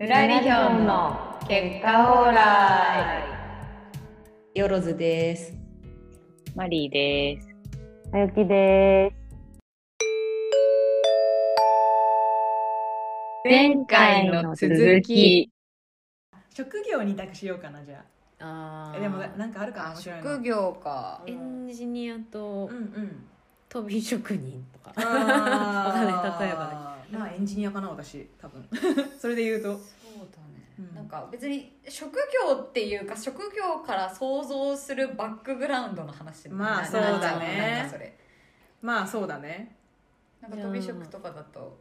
裏リヒョンの結果オーライよろずです。マリーです。あゆきで前回の続き。職業に託しようかなじゃああーえでもなんかあるかな面白いの職業かエンジニアとうんうん飛び職人とか。わわかん ない例えばねまあエンジニアかな私多 分それで言うとそうだね、うんなんか別に職業っていうか職業から想像するバックグラウンドの話まあなそうだねなんかそれまあそうだねなんか飛び職とかだと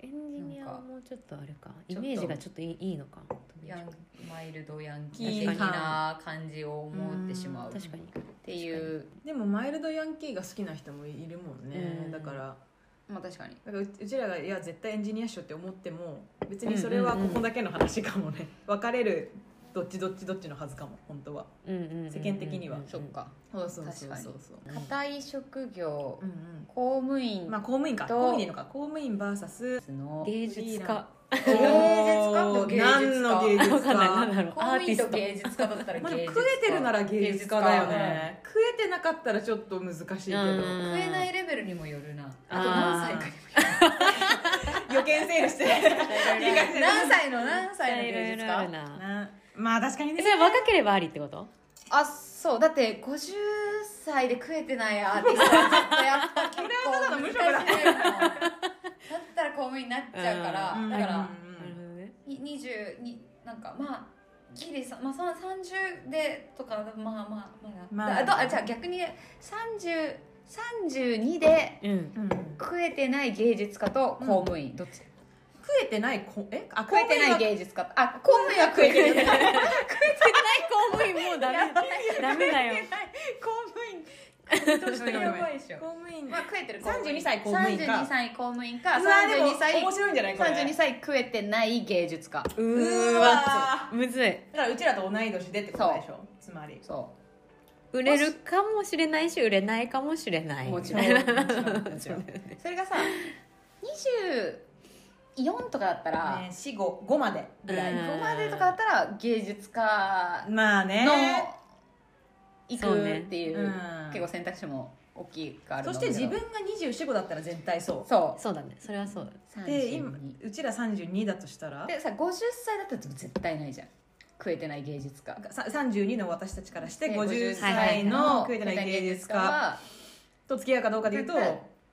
エンジニアはもうちょっとあれか。イちょっとメージがちょっといいいいのか。ヤンマイルドヤンキー的な感じを思ってしまうっ確かに。ていうでもマイルドヤンキーが好きな人もいるもんね、うんだからまあ確かにだからううちらがいや絶対エンジニアっしょって思っても別にそれはここだけの話かもね、 分かれるどっちどっちどっちのはずかも本当はうんうんうんうん世間的にはそっ。かそうそうそうそうそううん硬い職業うんうん公務員まあ公務員かと公務員でいいのか公務員 VS の芸術家。芸術家と芸術家何の芸術わかんない。なん家だろう。公ア務員ーティとスト。芸術家だったらまあで芸術家も食えてるなら芸術家だよね食えてなかったらちょっと難しいけどうん食えないレベルにもよるなあと何歳あーかにもよ予見整理してる何歳の何歳の芸いろ術いろあ家るな。な まあ確かにえねそれ若ければありってこと？あそうだって50歳で食えてないアーティストはちょっとやっぱ結構難しいよだったら公務員になっちゃうから、うんだからなうんるほどね。に20になんかまあギリさ、まあ、さ30でとかまあまあまだ、まああ、あじゃあ逆に30 32でうん。うんうん食えてない芸術家と公務員、どっち食えてないこえあ食えてない芸芸術家あ公務員は食えてる食えてない公務員もうダメダメだよ。公務員としてやばいでしょ公務員まあ食えてる32歳公務員か32歳公務員かうわでも32歳面白いんじゃないこれ32歳食えてない芸術家ううーーわむずい。だからうちらと同い年でってことでしょつまりそ売れるかもしれないし売れないかもしれない。 もちろんも ちろんうそれがさ24とかだったら、ね死後5までぐらいうんここまでとかだったら芸術家まあねの行そうねくっていううん結構選択肢も大きくあるそのして自分けが24五だったら全体そどそそうだね。それはそううだね。うで今32うちら32だとしたらでさ50歳だったら絶対ないじゃん食えてない芸術家さ32の私たちからしてで50 50歳歳のの食えてない芸術家はと付き合うかどうかでいうと食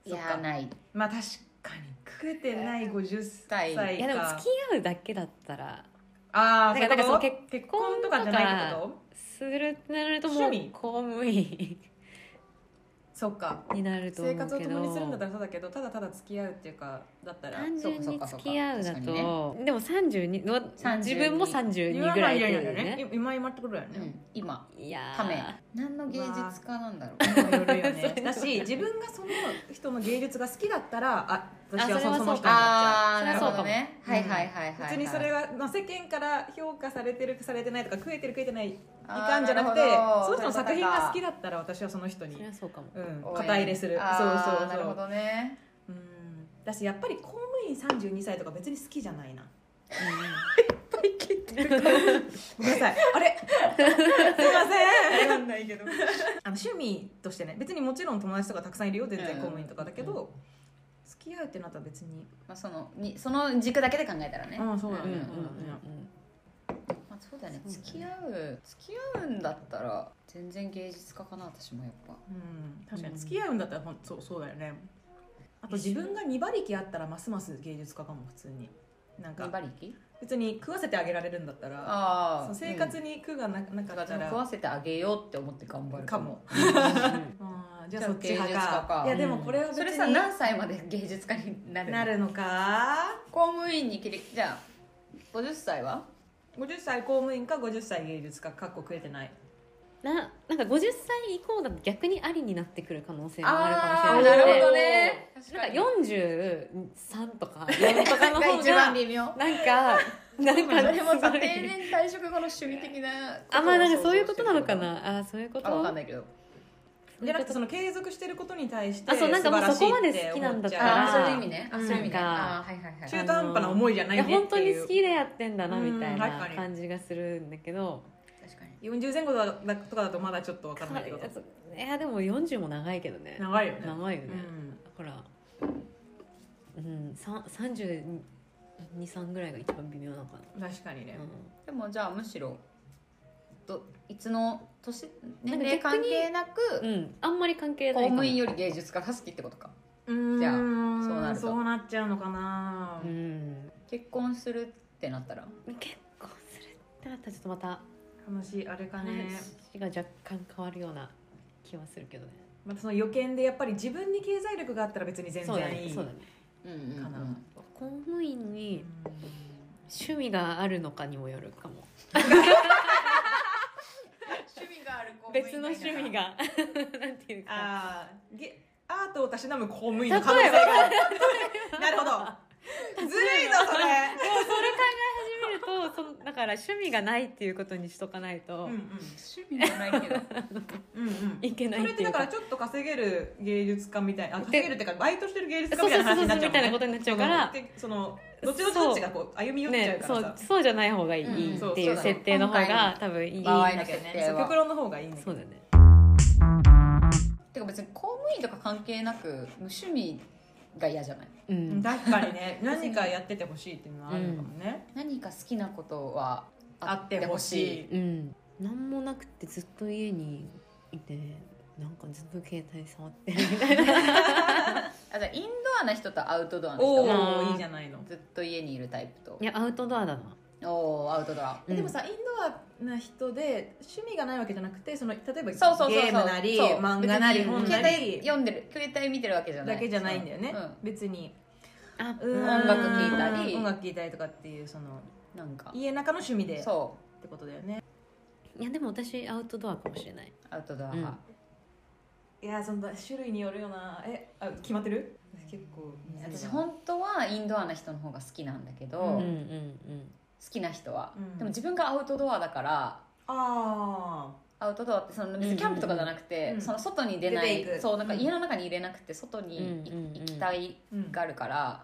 えてないいそっやかないまあ確かに食えてない50歳かいいやでも付き合うだけだったらああだからそだうからそいううこと結結婚とかじゃないってことするってなるともう趣味公務員そっかになると思う生けど活を共にするんだったらそうだけどただただ付き合うっていうかだったら単純そうにかそうかそうか付き合うだと、確かでも32の32自分も32ぐらいっていうね今今ってことだようねん今いやーため何の芸術家なんだろうよるよねだし自分がその人の芸術が好きだったらあ私はあそれはその人になっちゃうああーなそれはるそうほかどもねはいはいはいはいはい別にそれが、まあ、世間から評価されてるされてないとか食えてる食えてないいあーかんじゃなくてなるほそどの人の作品が好きだったら私はその人そにれ、はそうかもうん、応援肩入れするそうあーそうなそるほうど ねうんだしやっぱり公務員32歳とか別に好きじゃない なごめんなさいあれ すいません分かんないけどあの趣味としてね別にもちろん友達とかたくさんいるよ全然うん公務員とかだけど、付き合うってなったら別にまあそのにその軸だけで考えたらねうんそうだうんうんねうんまあ、そうだよねそうだね付き合う付き合うんだったら全然芸術家かな私もやっぱうん確かに付き合うんだったらほんそうそうだよねあと自分が2馬力あったらますます芸術家かも普通になん頑か張り別に食わせてあげられるんだったらあそあの生活に苦がななかだっかたらら食わせてあげようって思って頑張るかもうん うんあーじゃあそっちじゃあ芸派術家かかいやでもこれは別そにれさ何歳まで芸術家になるのなるのか公務員に切りじゃあ50歳は50歳公務員か50歳芸術家かっこ食えてないななんか50歳以降だと逆にありになってくる可能性もあるあかもーしれなるないのでほどねなん四か43とか4とかの 方一が番微妙なん か、なんか、それもすさごい定年退職後の趣味的なことをあ、まあ、なんかそういうことなのか想像してるな。あ、そういうこけどあわかんとな。いけどじゃなくてその継続してることに対してあそうなんかもう素晴らしいそこまでって好きなんだった思あっあそちゃうういう意味ねあそういう意味ねなんかあーはいはいはい中途半端な思いじゃないいねやってい本う当に好きでやってんだなみたいうん確かなに感じがするんだけど、確かに40前後だとかだとまだちょっとわかんないけどいやでも40も長いけどね長いよね長いよね、うんだから、うん、323ぐらいが一番微妙なのか確かにねな、うんでもじゃあむしろどいつの年年なん齢か逆関に係なくうん、あんまり関係公ないかも務員より芸術家が好きってことかうんじゃあそうなるとそうなっちゃうのかなうん、結婚するってなったら結婚するってなったらちょっとまた話あれかね話が若干変わるような気はするけどねまたその予見でやっぱり自分に経済力があったら別に全そうだ然ねいいそかうだねうんうんな公務員うにん趣味があるのかにもよるかも趣味がある公務別員がのいい趣味なが なんていうかあーげアートをたしなむ公務員の可能性があるなるほどずるいぞそれそれ考え始めるとそのだから趣味がないっていうことにしとかないと、うん趣味じゃない けどうんうんうんいけないそれってだからちょっと稼げる芸術家みたいなあ稼げるっていうかバイトしてる芸術家みたいな話になっちゃうみたいなことになっちゃうからでそのどっちどっちどっちがこう歩み寄っちゃねうかそらうさ、そうじゃない方がいいっていう設定の方が多分いい場合そのだけ設どね定そう極は論の方がいいんだけどうだねてか別に公務員とか関係なく無趣味が嫌じゃないうん確かに ね何かやっててほしいっていうのはあるのかもね、何か好きなことはあってほしいうん何もなくてずっと家にいてなんかずっと携帯触ってるみたいあなじゃあインドアな人とアウトドアの人おおはーうんいいじゃないの、ずっと家にいるタイプといやアウトドアだなおおアウトドアうんでもさインドアな人で趣味がないわけじゃなくてその例えばゲそうそうそうそうームなりそう漫画なり別に本な携帯り読んでる携帯見てるわけじゃないだけじゃないんだよね、うん別にあうーん音楽聴いたり音楽聴いたりとかっていうそのなんか家の中の趣味でっそてことだよねいやでも私アウトドアかもしれないうアウトドア派、いやーその種類によるよなえあ決まってる結構私本当はインドアな人の方が好きなんだけど、ううんんう好んきな人は、うんでも自分がアウトドアだからああアウトドアってその別にキャンプとかじゃなくて、うんその外に出ない出ていくそうなんかうん家の中に入れなくて外にいうんうんうん行きたいうんがあるから、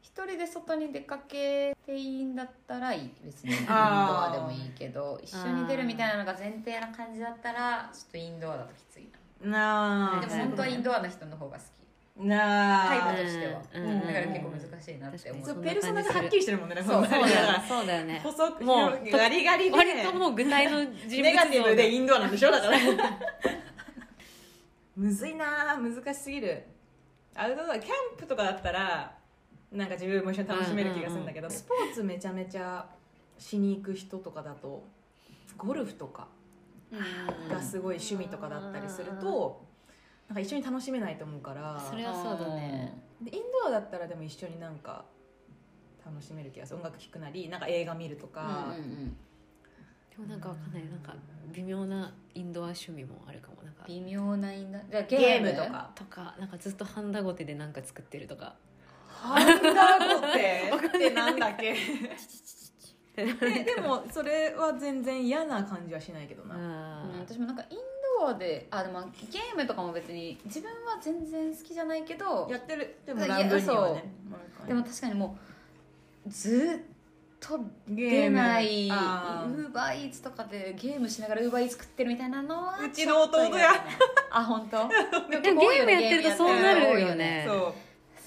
一人で外に出かけていいんだったらいい別にインドアあーでもいいけど一緒に出るみたいなのが前提な感じだったらちょっとインドアだときついななあでもはい本当はインドドアな人の方が好きなあタイプとしては、うんだから結構難しいなって思うそ確かうにペルソナがはっきりしてるもんねそうそうだよよねそうだよね細くもう広くガリガリで割ともう具体の人 ネガ物ティ像ブでイでンドアなんでしょだからむずいなあ難しすぎるアウトドアキャンプとかだったらなんか自分も一緒に楽しめる気がするんだけど、スポーツめちゃめちゃしに行く人とかだとゴルフとかがすごい趣味とかだったりすると、なんか一緒に楽しめないと思うからそれはそうだねでインドアだったらでも一緒になんか楽しめる気がする音楽聴くなりなんか映画見るとうんか、うんうんでもなんかわかんないなんか微妙なインドア趣味もあるかもなんか微妙なインドアじゃあゲゲーームムとかとかなんかずっとハンダゴテでなんか作ってるとかハンダゴテ ってなんだっけえでもそれは全然嫌な感じはしないけどな、うあんー私もなんかインドアであでもゲームとかも別に自分は全然好きじゃないけどやってるでいもやランブにはねでも確かにもうずっとゲ出ないウあーーバーイーツとかでゲームしながらウーバーイーツ食ってるみたいなのはうちの弟や あ本当でもゲームやってるとそうなるよね そう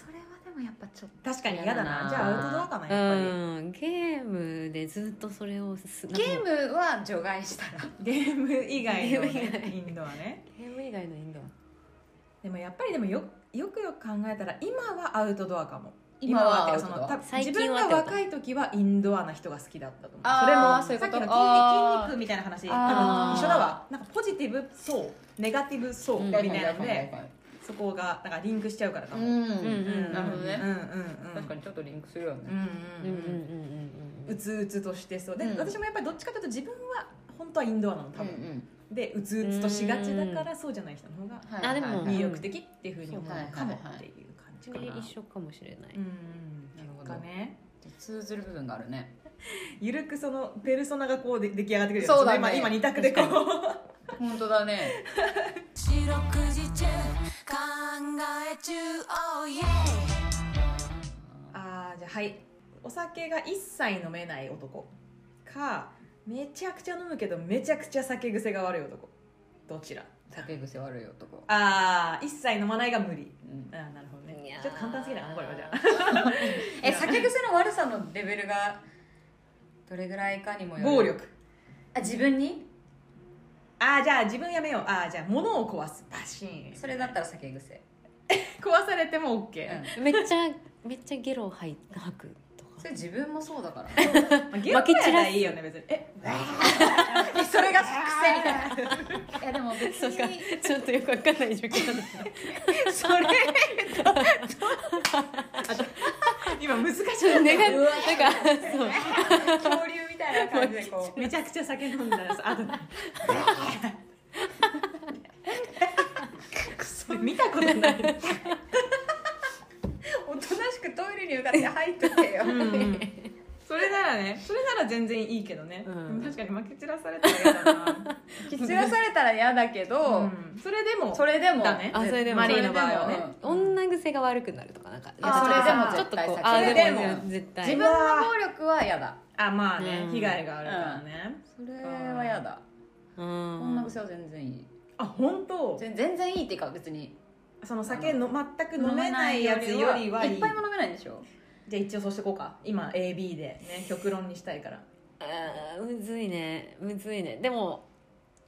それはでもやっぱちょっと確かに嫌だなじゃあアウトドアかなうやっぱんゲームでずっとそれをすゲームは除外したらりゲーム以外の、ゲーム以ね、外インドはねゲーム以外のインドアでもやっぱりでもよよくよく考えたら今はアウトドアかも今はってかそのた最自近分はがってこと若い時はインドアな人が好きだったと思うあーそれもそういうさこっときの筋あー肉筋肉みたいな話多あ分ー一緒だわなんかポジティブそうネガティブそううんみたいなのでそこがなんかリンクしちゃうからかうも、ん、うんなるほどねうんうんうん確かにちょっとリンクするよね、うんううんんうんうんううんんううんつうつとしてそうで、うん私もやっぱりどっちかというと自分は本当はインドアなの多多分、分、でうつうつとしがちだからそうじゃない人の方がはいあでもはいはい魅力的っていうふうに思うのかもっていう感じかな、一緒かもしれないうんうんうんなるほど結果ね通ずる部分があるねゆるくそのペルソナがこうで出来上がってくるよ そうだねの今今二択でこう本当だね She え中 Oh yeah あーじゃあはいお酒が一切飲めない男かめちゃくちゃ飲むけどめちゃくちゃ酒癖が悪い男どちら酒癖悪い男ああ一切飲まないが無理うんあーなるほどいやねーちょっと簡単すぎるかなこれはじゃあ え酒癖の悪さのレベルがどれぐらいかにもよる暴力あ自分にああじゃあ自分やめようああじゃあ物を壊すバシーンそれだったら酒癖壊されても OK、うんめっちゃめっちゃゲロ吐い吐くとそかれ自分もそうだからまあ、ゲロくらいならいいよね別にえ それが癖みたい ないやでも別そうかにちょっとよくわかんない状況だっそれ今難しいた願いなんかそう恐竜みたいな感じでこうめちゃくちゃ酒飲んだらさあとクソ 見たことない、 おとなしくトイレに向かって入っとけよ、それならねそれなら全然いいけどね、うんでも確かに負け散らされたら嫌だな、散らされたら嫌だけど、うんそれでもそれでもだねあそれでもマリーの場合はね女癖が悪くなるとかなんかあちょっとそれでも絶対こう避けあるでもそれでね絶対自分の暴力は嫌だあまあね、うん被害があるからね、それは嫌だうん女癖は全然いいあ本当全全然いいっていうか別にその酒の全く飲めないやつよりはいいっぱいも飲めないんでしょじゃあ一応そうしてこうか今 AB でね極論にしたいからあーむずいねむずいねでも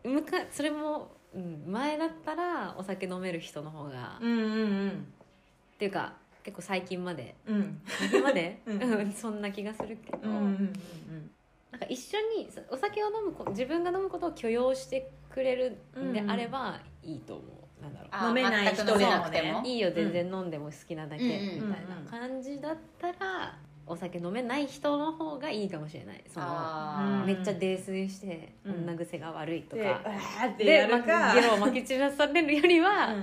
むかそれも、うん、前だったらお酒飲める人の方が、っんうんていうか結構最近までうんうん最近まで、うんうん そんな気がするけど、うんうんうんなんか一緒にそお酒を飲むこ自分が飲むことを許容してくれるんであればいいと思う、なんだろ飲めない人でもねじゃなくてもあういいよ全然飲んでも好きなだけ、うんうんみたいな感じだったらお酒飲めない人の方がいいかもしれないそのあめっちゃ泥酔してうん女癖が悪いとか、であーってでやるかまゲロをまき散らされるよりは、う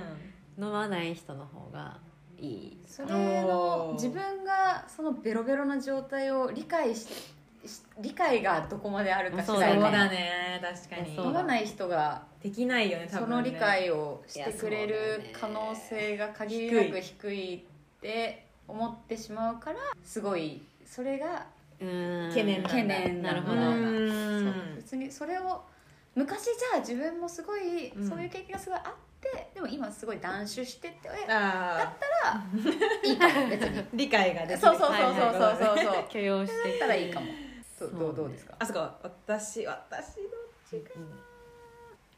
飲まない人の方がいいーそれの自分がそのベロベロな状態を理解しし理解がどこまであるかそうそだうねだね確かにそう飲まない人ができないよね多そ分のね理解をしてくれいやそるうだよね可能性が限りなく低いって思ってしまうからすごいそれがうーん懸念なんだ懸念ななるんほだどううんそう別にそれを昔じゃあ自分もすごいうんそういう経験がすごいあって、でも今すごい断酒してって あーいいかも別に理解ができるそうそうそうそうはいはいそうそうそうだ許容してったらいいかもどうそうどうどうですかあそっか私私のう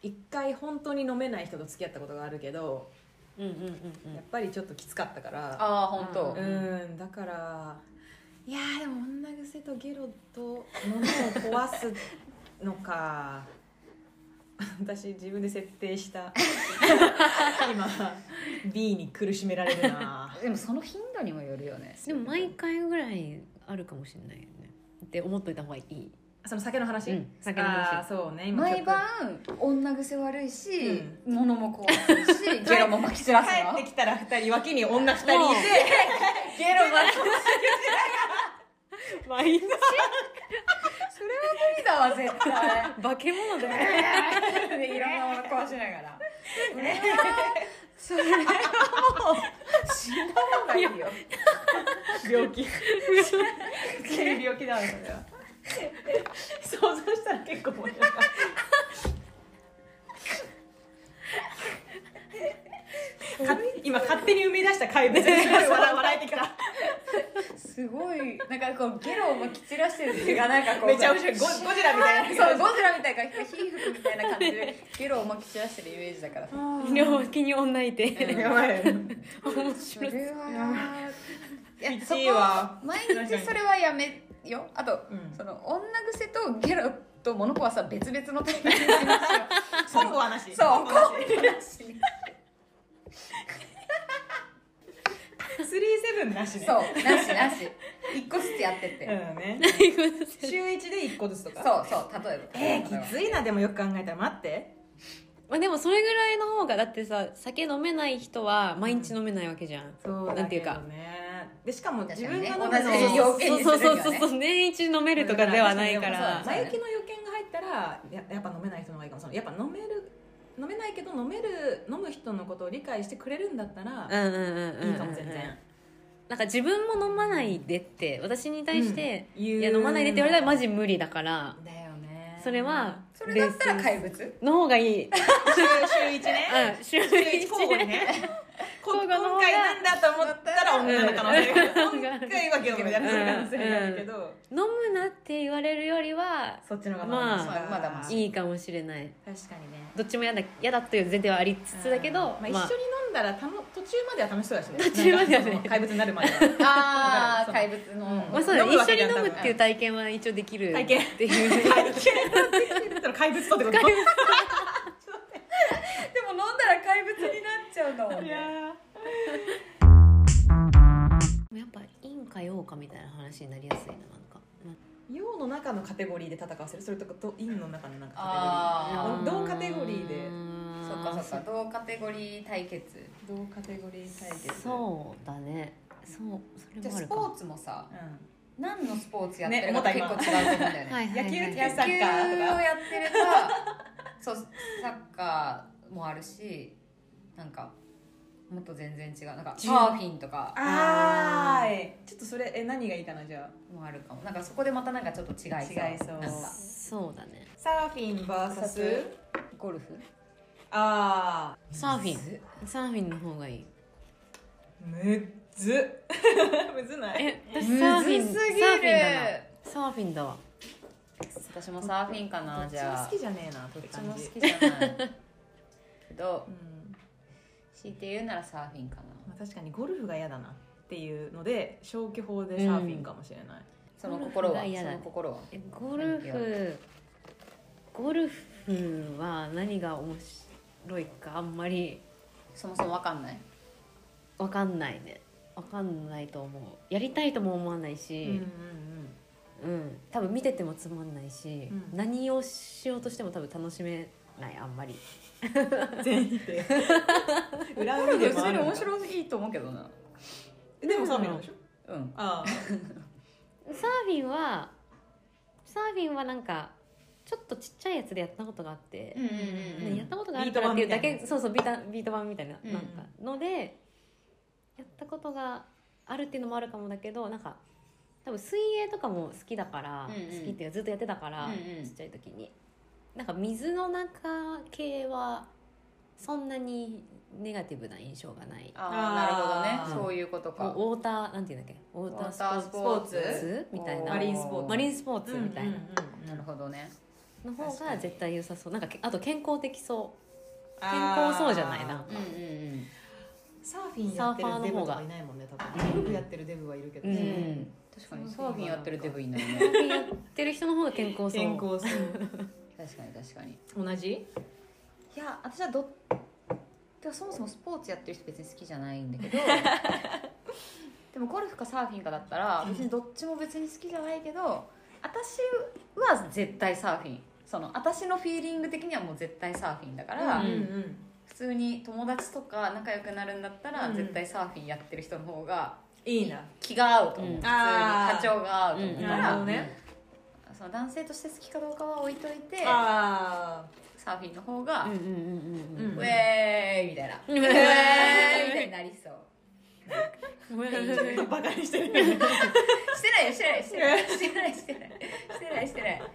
一回本当に飲めない人と付き合ったことがあるけど、んうんうんうんやっぱりちょっときつかったからああ本当、ううんんだからいやーでも女癖とゲロと物を壊すのか 私自分で設定した今 B に苦しめられるなでもその頻度にもよるよねでも毎回ぐらいあるかもしれないよねって思っといた方がいいその酒の話、うん酒の話あーそうね今毎晩女癖悪いし、物も壊す し帰ゲロも巻き散らすの帰ってきたら二人脇に女二人いてもうゲロま毎それは無理だわ絶対化け物だよでいろんなもの壊しながら いよ病気普通に病気だわそれは想像したら結構面白いか今勝手に生み出した怪物ですごい笑笑えてきた すごいなんかこうゲロを巻き散らしてるっていうかなんかこうめちゃ面白いゴゴジラみたいなそうゴジラみたいな皮膚みたいな感じでゲロを巻き散らしてるイメージだからさ両脇に女いてやばい面そ白いれはやきついそわこ毎日それはやめよあと、うんその女癖とゲロとモノコはさ別々のタイプにしましよう今後はなしそう今後はなし37なしねそうなしなし一個ずつやってって、うんね週一で一個ずつとかそうそう例えばえー、きついなでもよく考えたら待ってまあでもそれぐらいの方がだってさ酒飲めない人は毎日飲めないわけじゃん、なんていうかねでしかも自分が飲確むかのにね同じそうそ要う件にすそるうにはそうねそう年一飲めるとかではないから前前置行ききの予見が入ったらややっぱ飲めない人の方がいいかもそのやっぱ飲める飲めないけど飲める飲む人のことを理解してくれるんだったらうんうんうんうんうんいいかも全然なんか自分も飲まないでって私に対して、言ういや飲まないでって言われたらマジ無理だからだよねそれはそれだったら怪物の方が いい、週週一ねうん、週週一交互にね こ今回なんだと思ったら女の可能性が今回はゲームみたいな可能性があるけど飲むなって言われるよりはそっちの方がまあまだましいいかもしれない確かにねどっちも嫌だ嫌だという前提はありつつだけど、まあ、一緒に飲んだらたの途中までは楽しそうだしね途中まではねなんかその怪物になるまではあ そあう怪物の、うんまあそうだね飲む一わ緒けにじゃん飲むっていう体験は一応できる体験っていう怪物の怪物とってことでも飲んだら怪物になっちゃうんだもんいねややっぱ陰か陽かみたいな話になりやすいななんかー陽の中のカテゴリーで戦わせるそれとかと陰の中のなんかあー同カテゴリーでそっかそっか同カテゴリー対決カテゴリー同カテゴリー対決そうだねそうそじゃあれもあスるかポーツもさう何のスポーツやってるね思かっ結た今構違うと思うんだよねはいはいはい野球野ってサ球ッカ ーとかをやってればそうサッカーもあるしなんかもっと全然違うなんかサーフィンとかんあーちょっとそれえ何がいいかなじゃもあるかもなんかそこでまたなんかちょっと違いあそう違いそうなんかそうだねサーフィン VS ゴルフああサーフィンサーフィンの方がいいむっず むずないえ私むサーフィンずすぎサーフィンだなるサーフィンだわ私もサーフィンかどなっじちもゃあ好きじゃねえなってどっち感もじ好きじゃないけどうん強いて言うならサーフィンかなまあ、確かにゴルフが嫌だなっていうので消去法でサーフィンかもしれない、その心ゴルフはが嫌そだねの心はえゴルフゴルフは何が面白いかあんまりそもそもわかんないわかんないねわかんないと思うやりたいとも思わないし、うん多分見ててもつまんないし、うん何をしようとしても多分楽しめないあんまりうんうん 全否定裏普海でもあ通にるん面だ白いと思うけどなでもサーフィンなんでしょうんあサーフィンはサーフィンはなんかちょっとちっちゃいやつでやったことがあって、うんうんうんうんねやったことがあるからっていうだビートけ板みたいなそうそうビータビート板みたいな,、うんなんかのでやったことがあるっていうのもあるかもだけどなんか多分水泳とかも好きだから、うんうん好きっていうかずっとやってたから、うんうんちっちゃい時になんか水の中系はそんなにネガティブな印象がないああなるあーほどねそういうことかウォーターなんていうんだっけウォータースポーツウォータースポーツみたいーなマリンスポーツマリンスポーあツみたいな、なるほどねの方確かがに絶対良さそうなんかけあと健康的そう健康そうじゃないなんかうんうんサーフィンやってるデブとかいないもんね多分ゴルフやってるデブはいるけど、ううんん確かにサーフィンやってるデブいないねサーフィンやってる人の方が健康そう健康そう 確かに確かに同じいや私はどでもそもそもスポーツやってる人別に好きじゃないんだけ ど でもゴルフかサーフィンかだったら別にどっちも別に好きじゃないけど私は絶対サーフィンその私のフィーリング的にはもう絶対サーフィンだから、うん普通に友達とか仲良くなるんだったら、うん絶対サーフィンやってる人の方がいいな気が合うと思う、うん普通にあー波長が合うと思ううんから、なるほどねその男性として好きかどうかは置いといてあ サーフィンの方が、うんうんうんうんウェーイみた いな、うんウェーイみたいになりそううんあバカにしてるけどしてないよしてないよしてないよしてないよしてないよしてないよしてないよなんか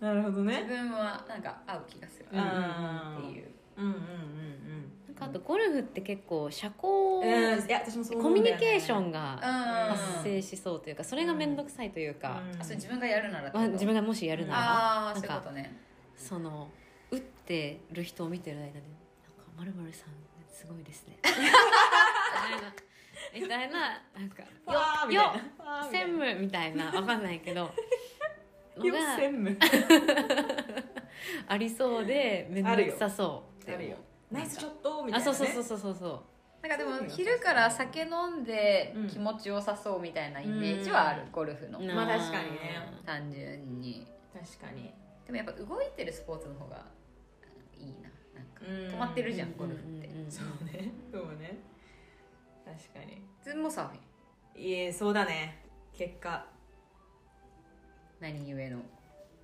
なるほ自どね分はなんか合う気がするうんうんなっていううんうんなんかあとゴルフって結構社交、うんうんうんいや私もそうコミュニケーショがンが発生しそうというかそれが面倒くさいというか、あそれ自分がやるならってこまあと自分がもしやるなら、ああなんそうかいうことねその打ってる人を見てる間で「なんかまるさんすごいですね」みたいなみたいななんか「よわーみたいな専務」みたいなわかんないけどのよが専務ありそうで面倒くさそうあるでよもナイスショットみたあいな、ね、そうそうそうそうそうそうなんかでも昼から酒飲んでうん気持ちよさそうみたいなイメージはあるうゴルフのまあ確かにね単純に確かにでもやっぱ動いてるスポーツの方がいいななんかうん止まってるじゃうんんゴルフってうんうんうんそうねそうね確かに自分もサーフィンいえそうだね結果何故のい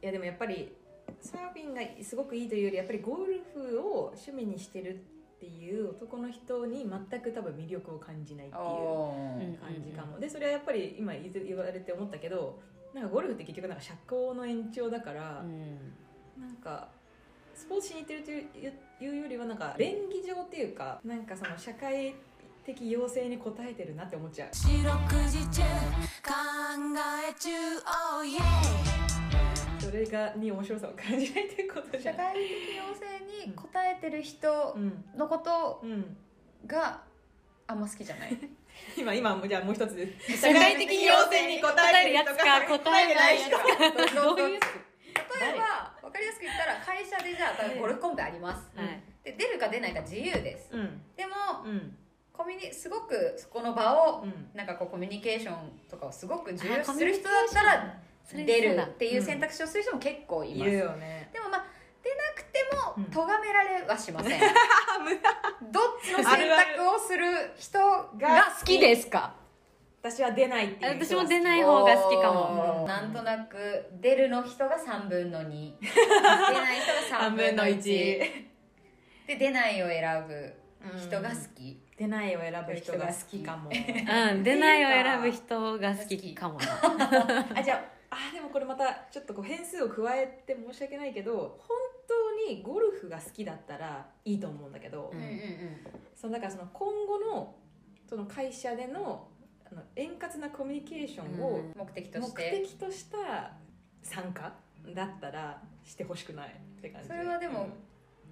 やでもやっぱりサーフィンがすごくいいというよりやっぱりゴルフを趣味にしてるっていう男の人に全く多分魅力を感じないっていうお感じかも、でそれはやっぱり今言って言われて思ったけどなんかゴルフって結局なんか社交の延長だからう、んなんかスポーツしに行ってるといういうよりはなんか便宜上っていうかなんかその社会的要請に応えてるなって思っちゃう四六時中考え中 Oh yeah それがに面白さを感じないってことじゃ社ない会的要請に応えてる人うんのことうん、があんま好きじゃない今今もじゃあもう一つです社会的要請に応えるやつか答えてない人どういう例えば分かりやすく言ったら会社でじゃあ例えばゴルフコンペあります、はいで出るか出ないか自由ですうんでもうんコミュニすごくそこの場をうんなんかこうコミュニケーションとかをすごく重要あ視コミすュニるケーシ人だったらそれ出そうるだっていう選択肢をする人も結構いいます、るよねでもまあ出なくてもうん咎められはし ません、あ無駄どっちの選択をする人が好きですか私は出ないっていう私も出ない方が好きかもおーなんとなく出るの人が3分の2出ない人が3半分分のの1 1で出ないを選ぶ人が好き、出ないを選ぶ人が好きかもうん、出ないを選ぶ人が好きかもな あじゃああでもこれまたちょっとこう変数を加えて申し訳ないけど本当にゴルフが好きだったらいいと思うんだけど、うんそのだからその今後のその会社でのあの円滑なコミュニケーションを目的と目して的とした参加だったらしてほしくないって感じそれはでも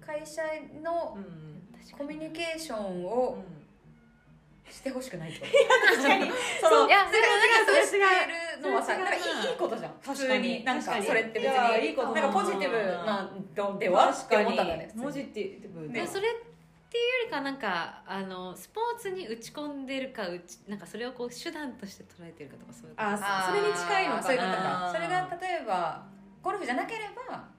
会社のうん、うんコミュニケーションをしてほしくないってこと確かに そそのういやそれなんかそれして違るのはさそれ違なんうかいいいいことじゃん確普か通にになん確かかにそれって別いやにいいことなだなんかポジティブなのではっ確てか思っにたんだね普通に文字って言ってでねもそれっていうよりかなんかあのスポーツに打ち込んでるかうちなんかそれをこう手段として捉えてるかとかそういうことああそーそれに近いのかなそういうことかうんそれが例えばゴルフじゃなければ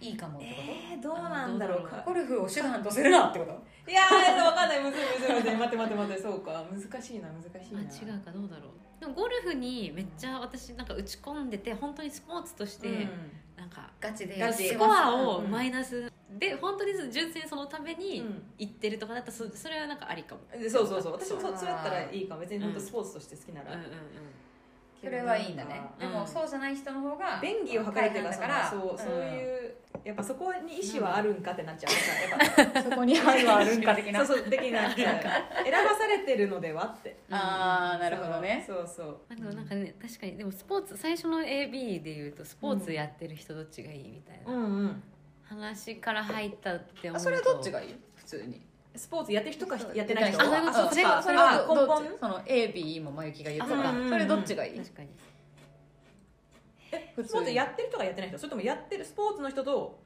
いいかもってこと、えー、どうなんだろうかゴルフを手段とするなってこといやーわかんないむずいむずいむずい待って待って待ってそうか難しいな難しいなあ違うかどうだろうでもゴルフにめっちゃ私なんか打ち込んでて本当にスポーツとして、なんかガチでガチススココアアをうんマイナスで本当に純粋にそのためうんに行ってるとかだったらそそれはなんかありかも、うん、そうそうそう私もそうそそうやったらいいかも別にうん本当スポーツとして好きなうんら、うんうん、それはいいんだねうでんもそうじゃない人の方が便宜を図るというか大変そだからのそうそううんいう、やっぱそこに意思はあるんかってなっちゃうさ、やっそこに愛はあるんか的 ぱそうそう的な選ばされてるのではってああなるほどねそうそうまあ、でもなんかね確かにでもスポーツ最初の AB で言うとスポーツやってる人どっちがいいみたいな、うんうん話から入ったって思うとあそれはどっちがいい普通にスポーツやってる人かやってない人あそういうことあそれかはそれはあ根どっ本ちその AB もまゆきが言ってたあかそうからそれどっちがいい確かに普ス通ポーツにやってる人がやってない人それともやってるスポーツの人と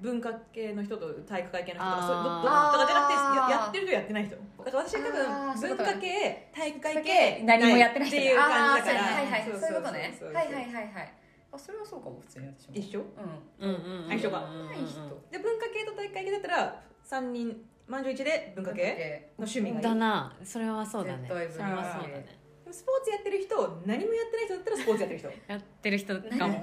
文化系の人と体育会系の人とかそういうどどあーとかじゃなくてややってる人やってない人だから私あーは多そういうこ分文とね化系体育会系系何もやってないっ人ていう感じだからあーはいはいはいそそうういうそうそうことねそうはいはいはいはいあそれはそうかも普通に私も一緒ううんうんうん相性がんない人で文化系と体育会系だったら3人満場一致で文化系の趣味がいいだなそれはそうだね絶対文それは化系そうだねでもスポーツやってる人何もやってない人だったらスポーツやってる人やってる人かも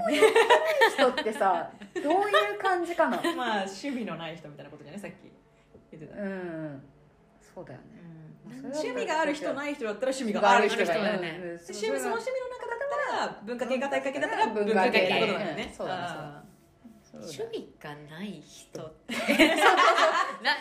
人ってさどういう感じかなまあ趣味のない人みたいなことじゃないさっき言ってた、うんそうだよね趣味がある人ない人だったら趣味人がある人がいいがいいで趣味その趣味の中だったら文化系か体育会系だったら文文化化系系ってことだようねん。そうだねそうだあ趣味が ない人そな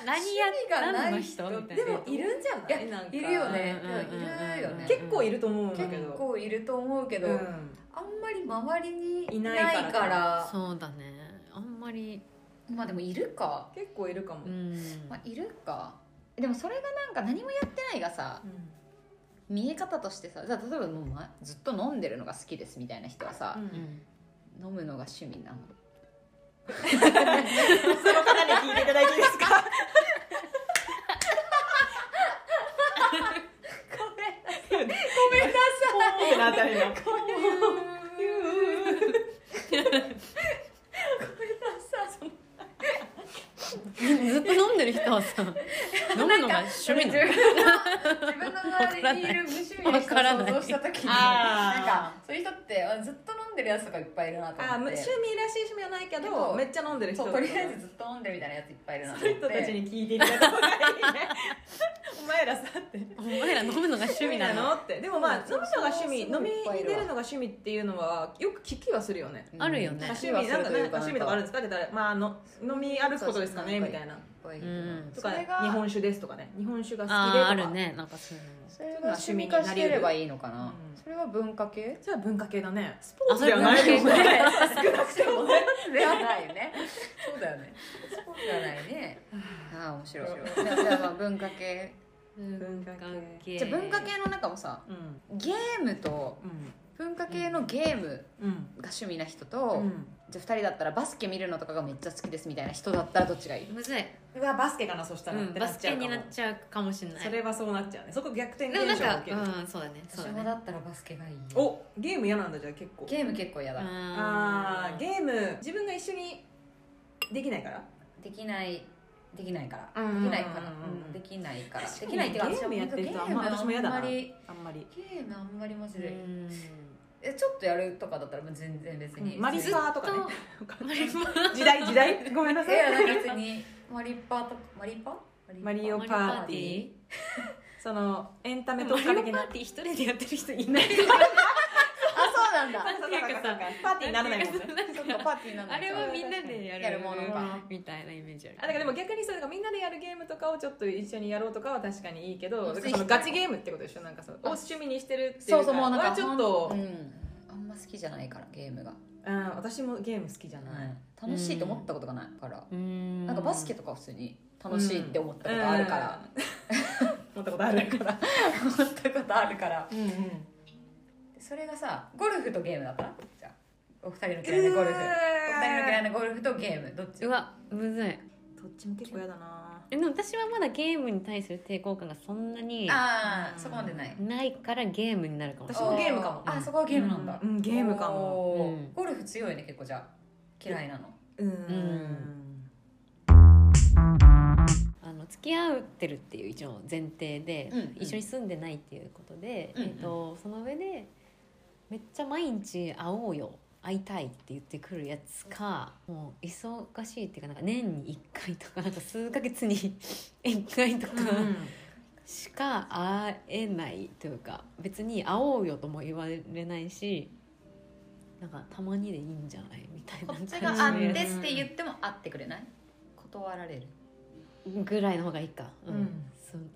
何や趣味がない人何の人みーたいでなもいるんじゃないいやなんかいるよねうんうんうんうんいるよね結構いると思うんだ結けど。構いると思うけど、うんあんまり周りにいいなないいかかららそうだねあんまりまあでもいるか、結構いるかもう。んまあ、いるかでもそれがなんか何もやってないがさう見え方としてさじゃあ例えばもうまずっと飲んでるのが好きですみたいな人はさ、んうん飲むのが趣味な のその方に聞いていただいていいですか。ごめんなさい。ごめんなさい。ずっと飲んでる人はさ飲むのがな趣味 なの自分の周りにいる無趣味の人を想像した時にあーなんかそういう人ってあずっと飲んでるやつとかいっぱいいるなとあー思むって趣味らしい趣味はないけけどどめっちゃ飲んでる人そうとりあえずずっと飲んでるみたいなやついっぱいいるなとそうい思うっ人たちてに聞いていただいた方がいいね お前らさってお前ら飲むのが趣味なのってでもまあ飲むのが趣味そう飲みに出るのが趣味っていうのはよく聞きはするよねあるよね趣味なんかなんか趣味とかあるでんですかって言ったらまあの飲み歩くことですかねそうみそうたいなうんとそかれが日本酒ですとかね日本酒が好きでとあかああるねなんかそういうそれが趣味化してればいいのかな、うんそれは文化系じゃあ文化系だねスポのーツではないですね少なくてもねではないよねそうだよねスポーツではないねああ面白いじゃあじゃあまあ文化系文化系じゃあ文化系の中もさうんゲームと文化系のゲームうんが趣味な人うと、んじゃあ2人だったらバスケ見るのとかがめっちゃ好きですみたいな人だったらどっちがいい、むずい、うわバスケかなそしたうらっん、てバなスっちゃケうにかなっもちゃうかもしれないそれはそうなっちゃうねそこ逆転でもなん現象が起きるかうんそうだねそうだ私もねだったらバスケがいいよおゲーム嫌なんだじゃあ結構ゲーム結構嫌だ、ああーゲーム自分が一緒にできないからできないできないから、うんうんうんうんできないから、うんできないから確かでにきないっていうかゲームやってる人はあんま私も嫌だなあんまりあんまりゲームあんまりマジーで、うんえちょっとやるとかだったらもう全然別に、マリ別にサーとかねとマリモ時代時代 ごめんなさいやいなんか別にマリパとかマリパマリオマパリオパーーテティィーーそのエンタメマ特リオパ化ー的なティー一人でやってる人いないあそうなんだそうそうそうそうパーティーにならないもんねそっかパーティーなんだあれはみんなでやるやるものがみたいなイメージあるあだからでも逆にそういうのがみんなでやるゲームとかをちょっと一緒にやろうとかは確かにいいけどだからそのガチゲームってことでしょなんかそうを趣味にしてるっていそううそうもうなんかはちょっとほんうん、あんま好きじゃないからゲームが、うん私もゲーム好きじゃないうん楽しいと思ったことがないから、うんなんかバスケとかは普通に楽しいって思ったことあるから、うん思ったことあるから 思ったことあるからうんうんそれがさゴルフとゲームだったらじゃあお二人の嫌いなゴルフお二人の嫌いなゴルフとゲームどっちうわむずいどっちも結構嫌だなえでも私はまだゲームに対する抵抗感がそんなにああそこまでないないからゲームになるかもし私れなもいゲームかもおあそこはゲームなんだ、うんうんゲームかもおーうんゴルフ強いね結構じゃあ嫌いなのうんんあの付き合ってるっていう一応前提で、うんうん一緒に住んでないっていうことで、うんうんえっとその上でめっちゃ毎日会おうよ会いたいって言ってくるやつかもう忙しいっていうかなんか年に1回とかなんか数ヶ月に1回とかしか会えないというか別に会おうよとも言われないしなんかたまにでいいんじゃないみたいなこっ感ちじが「あっんてです」って言っても会ってくれない断られるぐらいの方がいいか、うんうん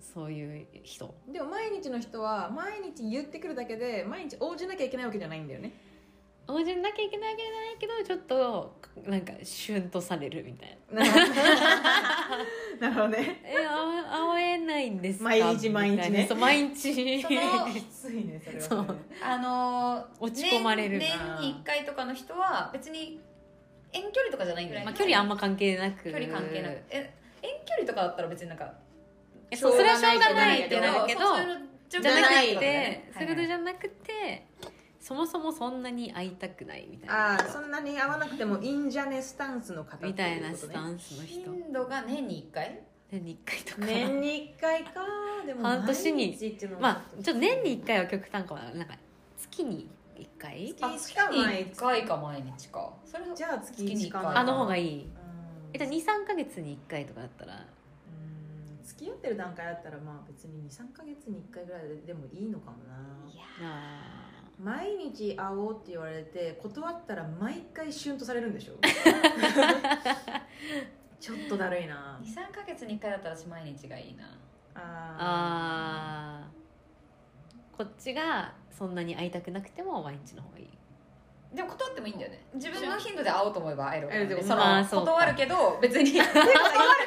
そそういう人でも毎日の人は毎日言ってくるだけで毎日応じなきゃいけないわけじゃないんだよ ね応じなきゃいけないわけじゃないけどちょっとなんかシュンとされるみたいななるほどなるほどね「えあ会えないんですか?」毎日毎日ねみたいなそう毎日 そのきついねそれはそうあのー落ち込まれる年年に1回とかの人は別に遠距離とかじゃないんだよね、まあ、距離あんま関係なく距離関係なくえ遠距離とかだったら別になんかえそうそれはしょうがないっけてどなるけどそうそういう状況じゃなくとかてねそういうことじゃなくてそもそもそんなに会いたくないみたいあなあそんなに合わなくてもいいんじゃねスタンスの方ってうみこたとねいなスタンスの人頻度が年に1回年に1回とか、年に1回かでも半年に毎日っていうのはまあちょっと年に1回は極端かもなんか月に1回月一か毎1回か毎日かそれじゃあ月月に1一回かあの方がいいいえっと23か月に1回とかだったら付き合ってる段階だったらまあ別に23か月に1回ぐらいでもいいのかもなあ毎日会おうって言われて断ったら毎回シュンとされるん でしょちょっとだるいな23か月に1回だったら私毎日がいいなああーこっちがそんなに会いたくなくても毎日の方がいいでも断ってもいいんだよね自分の頻度で会おうと思えば会えるわけ会えるってでこそとのまあそうか断るけど別に断る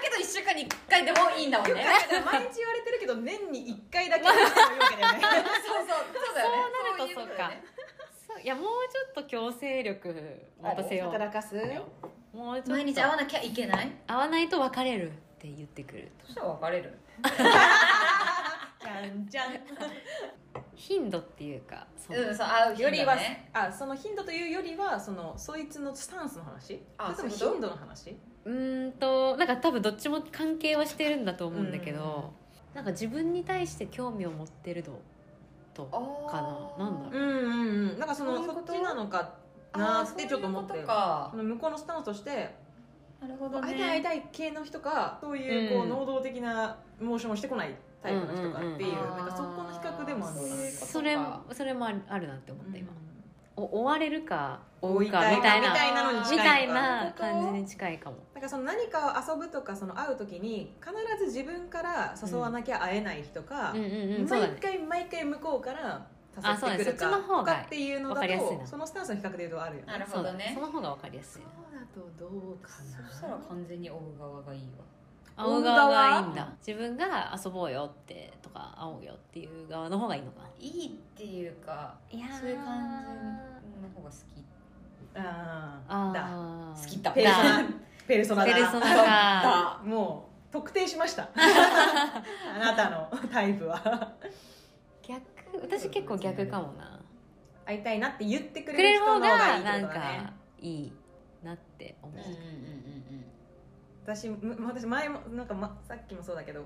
けど1週間に1回でもいいんだもんねー毎日言われてるけど年に1回だけ会ってもいいわけだよねそうそうそうだよねそうなるといことそうだよかねそういやもうちょっと強制力持たせよ働かすうもうちょっと毎日会わなきゃいけない会わないと別れるって言ってくるとそしたら別れるじゃんじゃん頻度っていうかそのうんそう会うよ頻り度はねあその頻度というよりはそのそいつのスタンスの話あそれともそういうこと頻度の話うーんとなんか多分どっちも関係はしてるんだと思うんだけど、なんか自分に対して興味を持ってる度とかななんだろうんうんうんなんかそのそういうそこっとちなのかなあーってちょっと思ってそういうことかその向こうのスタンスとしてなるほど会いたい会いねたい系の人かそういうこううん能動的なモーションをしてこないタイプの人かっていううんうんうんなんかそこの比較でもあるのかなそういううことそれかそれもあるあるなって思った今、うお追われるか追ん追ういかたいみたいみなたいなのにみ近たいいのかな感じに近いかもだからその何かを遊ぶとかその会う時に必ず自分から誘わなきゃ会えない人か、うんうんうんそうだ毎ね回毎回向こうからあそうだ誘ねってくるそっちかの方とがかっていうのわかだりやすいとなそのスタンスの比較で言うとあるよねなるほどねそうだその方がわかりやすいなそうだとどうかなそしたら完全に追う側がいいわ青側がいいん追うだ自分が遊ぼうよってとか会おうよっていう側の方がいいのかいいっていうかいやーそういう感じの方が好きあーだあー好きだペルソナペルソナだペルソナかだもう特定しました あなたのタイプは逆私結構逆かもな会いたいなって言ってくくれれるる方人の方がいがいってなんことだねかいいなって思う、うんうんうん私む私前もなんか、ま、さっきもそうだけど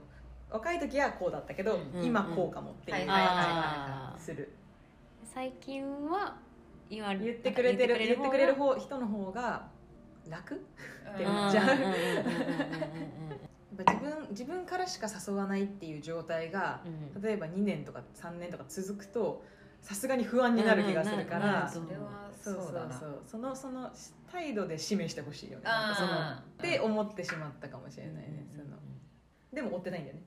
若い時はこうだったけど、うん今こうかもっていうはい感じはいはいあがーする、最近は言われ言ってくれてる言ってくれる方方人の方が楽うんでうんもがじゃあうんうんうんうんやっぱ自分自分からしか誘わないっていう状態がうんうんうん例えば2年とか3年とか続くとさすがに不安になる気がするかうんうんなるならるそれはそそううそうだなそうそのその態度で示してほしいよねなんかそのあっーて思ってしまったかもしれないねそのでも追ってないんだよね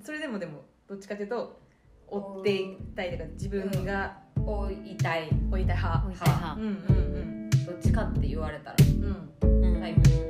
それでもでもどっちかというと追っていきたいとか自分が追いたい追いたい派置いたい派うんうんどっちかって言われたらうんうんうんタイプ